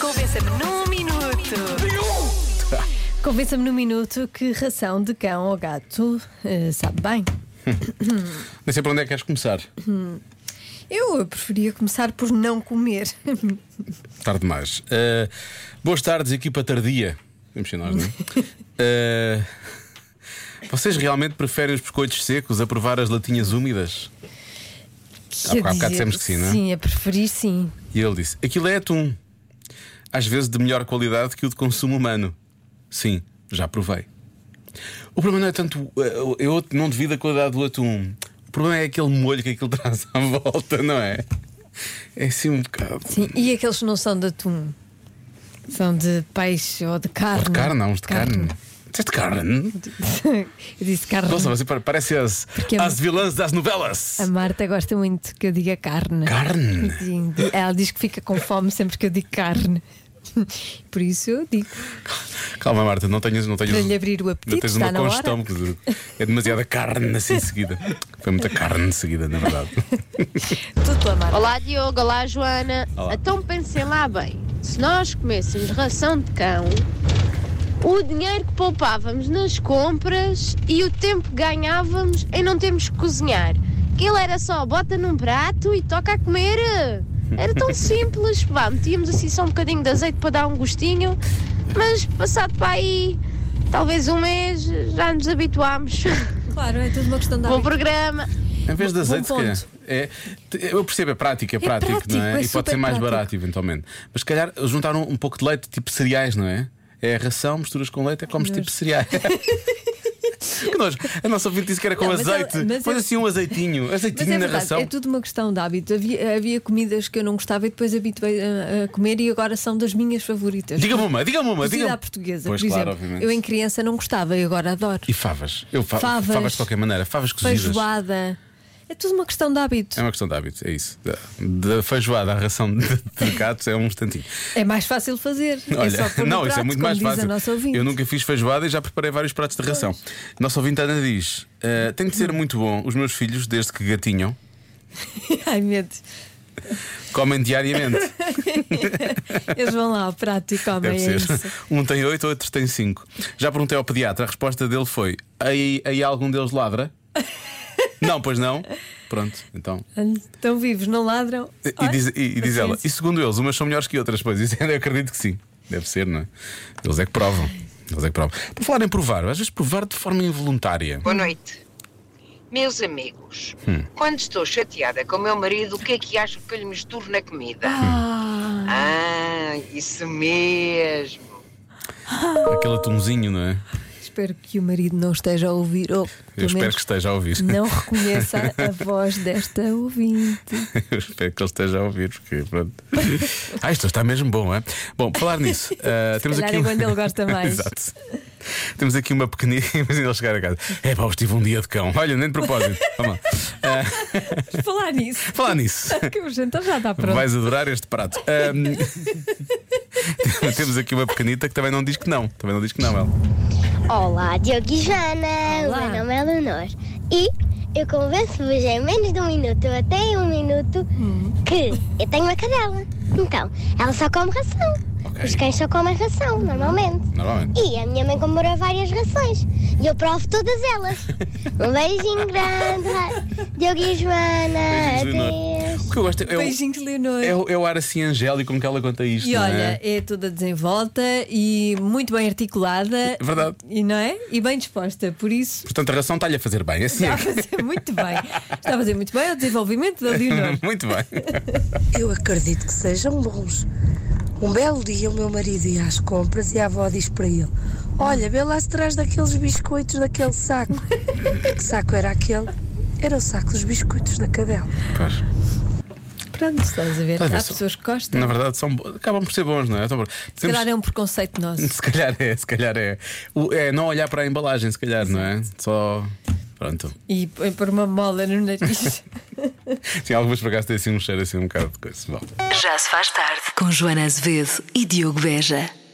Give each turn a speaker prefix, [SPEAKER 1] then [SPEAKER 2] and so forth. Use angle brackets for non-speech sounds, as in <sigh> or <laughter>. [SPEAKER 1] Convença-me num minuto.
[SPEAKER 2] Convença-me num minuto que ração de cão ou gato eh, sabe bem.
[SPEAKER 3] Nem sei para onde é que queres começar.
[SPEAKER 2] Eu preferia começar por não comer.
[SPEAKER 3] Tarde demais. Eh, boas tardes, equipa tardia. Vamos ser nós, não é?
[SPEAKER 2] <laughs>
[SPEAKER 3] Eh, vocês realmente preferem os biscoitos secos a provar as latinhas úmidas?
[SPEAKER 2] Que
[SPEAKER 3] Há bocado- há
[SPEAKER 2] dizer,
[SPEAKER 3] bocado dissemos que sim, não é?
[SPEAKER 2] Sim, a preferir sim.
[SPEAKER 3] E ele disse: Aquilo é atum. Às vezes de melhor qualidade que o de consumo humano. Sim, já provei. O problema não é tanto. eh, Eu não devido a qualidade do atum. O problema é aquele molho que aquilo <laughs> traz à volta, não é? É assim um bocado.
[SPEAKER 2] Sim, e aqueles que não são de atum? São de peixe ou de carne?
[SPEAKER 3] Ou de carne, há uns de carne. Disseste carne?
[SPEAKER 2] Eu disse carne. <laughs>
[SPEAKER 3] Nossa, você pa- parece as,
[SPEAKER 2] Porque é
[SPEAKER 3] as
[SPEAKER 2] muito-
[SPEAKER 3] vilãs das novelas.
[SPEAKER 2] A Marta gosta muito que eu diga carne.
[SPEAKER 3] Carne.
[SPEAKER 2] Sim, di- ela diz que fica com fome sempre que eu digo carne. <laughs> Por isso eu digo,
[SPEAKER 3] Calma, Marta, não tenhas. Não tenhas
[SPEAKER 2] para lhe abrir o
[SPEAKER 3] não
[SPEAKER 2] apetite,
[SPEAKER 3] tens
[SPEAKER 2] está
[SPEAKER 3] uma
[SPEAKER 2] na hora.
[SPEAKER 3] congestão, quer dizer, é demasiada carne assim de seguida. Foi muita carne de seguida, na verdade.
[SPEAKER 2] Tudo pela Marta.
[SPEAKER 4] Olá Diogo, olá Joana.
[SPEAKER 3] Olá.
[SPEAKER 4] Então pensem lá bem, se nós comêssemos ração de cão, o dinheiro que poupávamos nas compras e o tempo que ganhávamos em não termos que cozinhar. Aquilo era só bota num prato e toca a comer. Era tão simples. Vá, metíamos assim só um bocadinho de azeite para dar um gostinho, mas passado para aí, talvez um mês, já nos habituámos.
[SPEAKER 2] Claro, é tudo uma questão de
[SPEAKER 4] Bom programa.
[SPEAKER 3] Em vez de
[SPEAKER 2] Bom
[SPEAKER 3] azeite, se
[SPEAKER 2] ponto.
[SPEAKER 3] calhar. É, te- eu percebo, é prático, é, prático,
[SPEAKER 2] prático,
[SPEAKER 3] não é?
[SPEAKER 2] é
[SPEAKER 3] e pode ser
[SPEAKER 2] super
[SPEAKER 3] mais
[SPEAKER 2] prático.
[SPEAKER 3] barato, eventualmente. Mas se calhar juntar um, um pouco de leite, tipo cereais, não é? É a ração, misturas com leite, é comes tipo cereais. <laughs> que nós, a nossa ouvinte disse que era com
[SPEAKER 2] Não, mas ela-
[SPEAKER 3] azeite.
[SPEAKER 2] mas
[SPEAKER 3] Põe
[SPEAKER 2] eu-
[SPEAKER 3] assim um azeitinho,
[SPEAKER 2] Mas
[SPEAKER 3] azeitinho
[SPEAKER 2] é
[SPEAKER 3] na
[SPEAKER 2] verdade,
[SPEAKER 3] ração.
[SPEAKER 2] é tudo uma questão de hábito. Havia, havia comidas que eu não gostava e depois habituei a, a comer e agora são das minhas favoritas.
[SPEAKER 3] Diga-me uma, diga-me uma,
[SPEAKER 2] Cozida
[SPEAKER 3] diga-me.
[SPEAKER 2] à portuguesa,
[SPEAKER 3] Pois,
[SPEAKER 2] por
[SPEAKER 3] claro,
[SPEAKER 2] exemplo.
[SPEAKER 3] obviamente.
[SPEAKER 2] eu em criança não gostava e agora adoro.
[SPEAKER 3] E favas. Eu fa- favas.
[SPEAKER 2] Favas.
[SPEAKER 3] de qualquer maneira, favas cozidas.
[SPEAKER 2] Feijoada. É tudo uma questão de hábito.
[SPEAKER 3] É uma questão de hábito, é isso. Da, da feijoada à ração de, de gatos é um instantinho.
[SPEAKER 2] É mais fácil fazer. é só pôr no
[SPEAKER 3] não, isso é
[SPEAKER 2] prato,
[SPEAKER 3] muito
[SPEAKER 2] como
[SPEAKER 3] mais
[SPEAKER 2] diz a
[SPEAKER 3] fácil.
[SPEAKER 2] nossa ouvinte.
[SPEAKER 3] Eu nunca fiz feijoada e já preparei vários pratos de ração. Nossa ouvinte Ana diz: "Ah, tem de ser muito bom. Os meus filhos, desde que gatinham,
[SPEAKER 2] <laughs> Ai, medo.
[SPEAKER 3] comem
[SPEAKER 2] <laughs>
[SPEAKER 3] diariamente.
[SPEAKER 2] Eles vão lá ao prato e comem.
[SPEAKER 3] Deve
[SPEAKER 2] É
[SPEAKER 3] ser.
[SPEAKER 2] isso.
[SPEAKER 3] <laughs> Um tem oito, outro tem cinco. Já perguntei ao pediatra, a resposta dele foi: aí, aí algum deles
[SPEAKER 2] <laughs>
[SPEAKER 3] ladra? não, pois não. Pronto, então.
[SPEAKER 2] Estão vivos, não ladram.
[SPEAKER 3] E- E
[SPEAKER 2] Olha, assim
[SPEAKER 3] diz, e- e diz ela,
[SPEAKER 2] paciência.
[SPEAKER 3] e segundo eles, umas são melhores que outras, pois isso <laughs> eu acredito que sim. Deve ser, não é? Eles é que provam. Eles é que provam. Por falar em provar, às vezes provar de forma involuntária.
[SPEAKER 5] Boa noite. Meus amigos, quando estou chateada com o meu marido, o que é que acham que eu lhe misturo na comida?
[SPEAKER 2] Ah,
[SPEAKER 5] Ah, isso mesmo.
[SPEAKER 3] Aquele atumzinho, não é?
[SPEAKER 2] espero que o marido não esteja a ouvir. Ou,
[SPEAKER 3] Eu
[SPEAKER 2] pelo
[SPEAKER 3] espero
[SPEAKER 2] menos,
[SPEAKER 3] que esteja a ouvir. <laughs>
[SPEAKER 2] não reconheça a voz desta ouvinte.
[SPEAKER 3] Eu espero que ele esteja a ouvir, porque pronto. Ah, isto está mesmo bom, é? Bom, por falar
[SPEAKER 2] <laughs>
[SPEAKER 3] nisso, ah, temos
[SPEAKER 2] calhar
[SPEAKER 3] aqui.
[SPEAKER 2] é
[SPEAKER 3] um-
[SPEAKER 2] quando ele
[SPEAKER 3] <laughs>
[SPEAKER 2] gosta mais.
[SPEAKER 3] Exato. Temos aqui uma pequenina. <laughs> Imagina ele chegar a casa. É pá, hoje tive um dia de cão. Olha, nem de propósito. Vamos lá.
[SPEAKER 2] Por Falar nisso. <laughs>
[SPEAKER 3] Falar nisso.
[SPEAKER 2] Que o jantar já está pronto.
[SPEAKER 3] Vais adorar este prato. Ahm, <laughs> Temos aqui uma pequenita que também não diz que não. Também não diz que não, ela.
[SPEAKER 6] Olá, Diogo e Joana!
[SPEAKER 2] Olá.
[SPEAKER 6] O meu nome é Leonor e eu convenço-vos em menos de um minuto, até em um minuto,
[SPEAKER 3] Hum.
[SPEAKER 6] que eu tenho uma cadela. Então, ela só come ração.
[SPEAKER 3] Ok.
[SPEAKER 6] Os cães só comem ração, normalmente.
[SPEAKER 3] Normalmente.
[SPEAKER 6] E a minha mãe comprou várias rações e eu provo todas
[SPEAKER 3] <laughs>
[SPEAKER 6] elas. um beijinho grande, Diogo e Joana!
[SPEAKER 3] Beijinhos, Leonor.
[SPEAKER 6] Adeus!
[SPEAKER 3] O que eu gosto é o,
[SPEAKER 2] Beijinhos, Leonor.
[SPEAKER 3] é o, é o ar assim angélico como que ela conta isto.
[SPEAKER 2] E
[SPEAKER 3] não
[SPEAKER 2] olha,
[SPEAKER 3] é?
[SPEAKER 2] é toda desenvolta e muito bem articulada.
[SPEAKER 3] Verdade.
[SPEAKER 2] E não é? E bem disposta. Por isso,
[SPEAKER 3] Portanto, a ração está-lhe a fazer bem. Assim
[SPEAKER 2] está
[SPEAKER 3] é
[SPEAKER 2] a
[SPEAKER 3] que-
[SPEAKER 2] fazer muito bem. Está a fazer muito bem ao desenvolvimento da Leonor.
[SPEAKER 3] <laughs> Muito bem.
[SPEAKER 7] Eu acredito que sejam bons. Um belo dia o meu marido ia às compras e a avó diz para ele: Olha, vê lá atrás daqueles biscoitos daquele saco. <laughs> que saco era aquele? Era o saco dos biscoitos da cadela.
[SPEAKER 3] Pois.
[SPEAKER 2] Pronto, estás a ver?
[SPEAKER 3] Estás a ver,
[SPEAKER 2] Há
[SPEAKER 3] são-
[SPEAKER 2] pessoas que gostam.
[SPEAKER 3] Na verdade, são, bo- acabam por ser bons, não é? Então,
[SPEAKER 2] Se
[SPEAKER 3] temos-
[SPEAKER 2] calhar é um preconceito nosso.
[SPEAKER 3] <laughs> Se calhar é, se calhar é. O- é não olhar para a embalagem, se calhar, não é? Só. Pronto.
[SPEAKER 2] E põe pôr uma mola no nariz.
[SPEAKER 3] Sim, algumas por acaso têm assim um cheiro assim um bocado de coisa. Bom.
[SPEAKER 1] Já se faz tarde com Joana Azevedo e Diogo Beja.